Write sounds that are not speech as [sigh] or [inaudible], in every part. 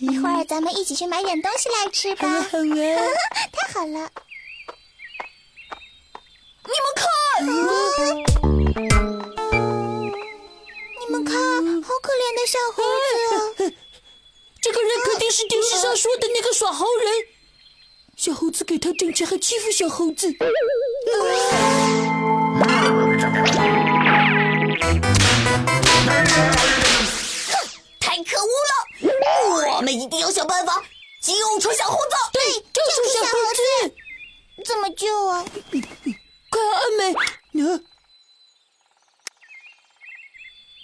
嗯儿咱们一起去买点东西来吃吧。好啊 [laughs] 太好了，你们看， [laughs] 你们看，好可怜的小猴子嗯哦。 [laughs] 这个人肯定是电视上说的那个耍猴人。小猴子给他挣钱，还欺负小猴子。 [laughs] 太可 [laughs] 恶了！我们一定要想办法救出小猴子。对，就是小猴子。怎么救啊？快啊，阿美，你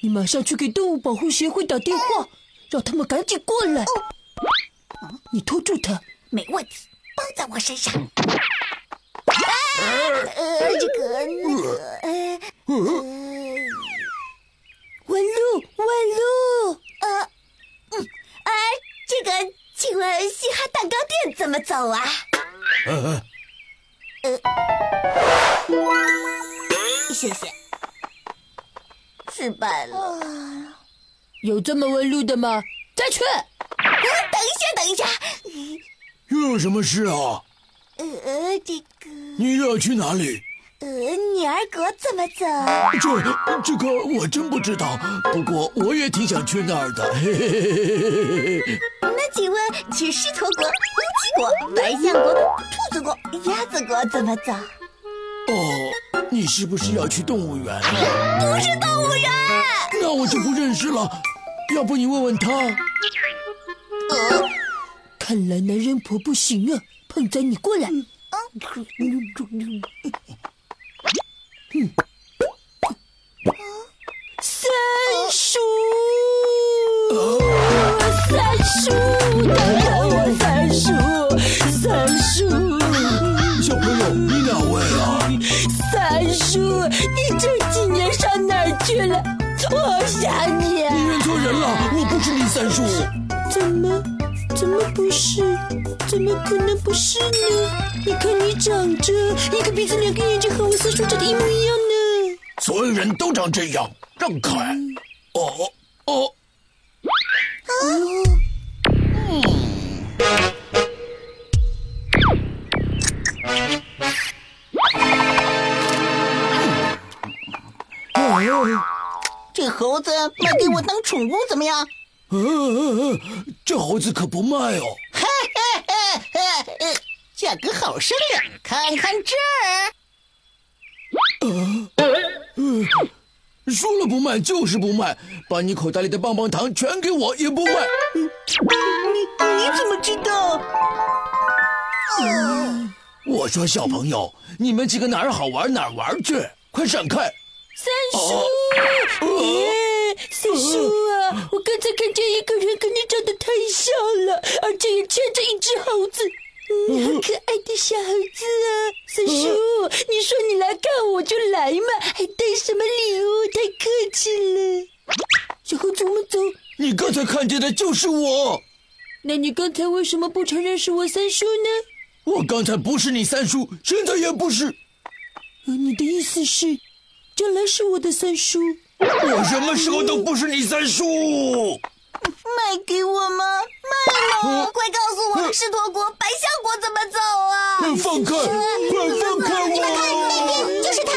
你马上去给动物保护协会打电话，让他们赶紧过来。你拖住他，没问题，包在 [laughs] 我身上。呃，这个那个，呃，弯路，弯路。哎，这个，请问嘻哈蛋糕店怎么走啊？呃呃，谢谢。失败了。哦有这么弯路的吗？再去。嗯等一下，等一下，又有什么事啊？呃，这个，你又要去哪里？呃，女儿国怎么走？这这个我真不知道，不过我也挺想去那儿的。 [laughs] 嘿嘿嘿嘿嘿嘿嘿那请问去狮驼国、乌鸡国、白象国、兔子国、鸭子国怎么走？哦，你是不是要去动物园？啊不是动物园。那我就不认识了。要不你问问他？看来男人婆不行啊，胖仔你过来。三叔，三叔，等等我，三叔，三叔，小朋友，你哪位啊？三叔，你这几年上哪儿去了？我好想你啊。你认错人了，我不是你三叔。怎么，怎么不是？怎么可能不是呢？你看你长着一个鼻子两个眼睛，和我三叔长得一模一样呢。所有人都长这样，让开。哦哦，这猴子卖给我当宠物怎么样？呃呃呃，这猴子可不卖哦。嘿嘿嘿嘿，呃价格好商量，看看这儿。说了不卖就是不卖，把你口袋里的棒棒糖全给我也不卖。你怎么知道？我说小朋友，你们几个哪儿好玩哪儿玩去，快闪开！三叔，耶，三叔啊，我刚才看见一个人跟你长得太像了，而且也牵着一只猴子。嗯，好可爱的小猴子啊！三叔，你说你来看我就来嘛，还带什么礼物？太客气了。小猴子，我们走。你刚才看见的就是我，那你刚才为什么不承认是我三叔呢？我刚才不是你三叔，现在也不是，呃你的意思是，将来是我的三叔？我什么时候都不是你三叔。卖给我吗？卖啊吗？快告诉我，狮驼国、白象国怎么走啊？放开，快放开我！就是他。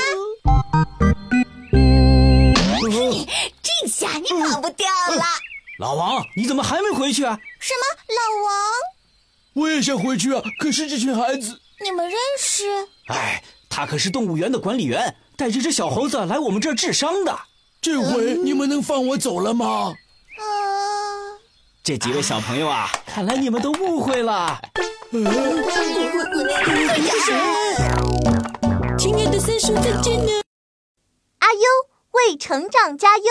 这下你跑不掉了。啊 [laughs] 老王，你怎么还没回去啊？什么老王？我也想回去啊，可是这群孩子，你们认识？哎，他可是动物园的管理员，带着只小猴子来我们这儿治伤的。这回嗯你们能放我走了吗？啊呃，这几位小朋友啊，看来你们都误会了。亲爱的三叔，再见呢。阿优为成长加油。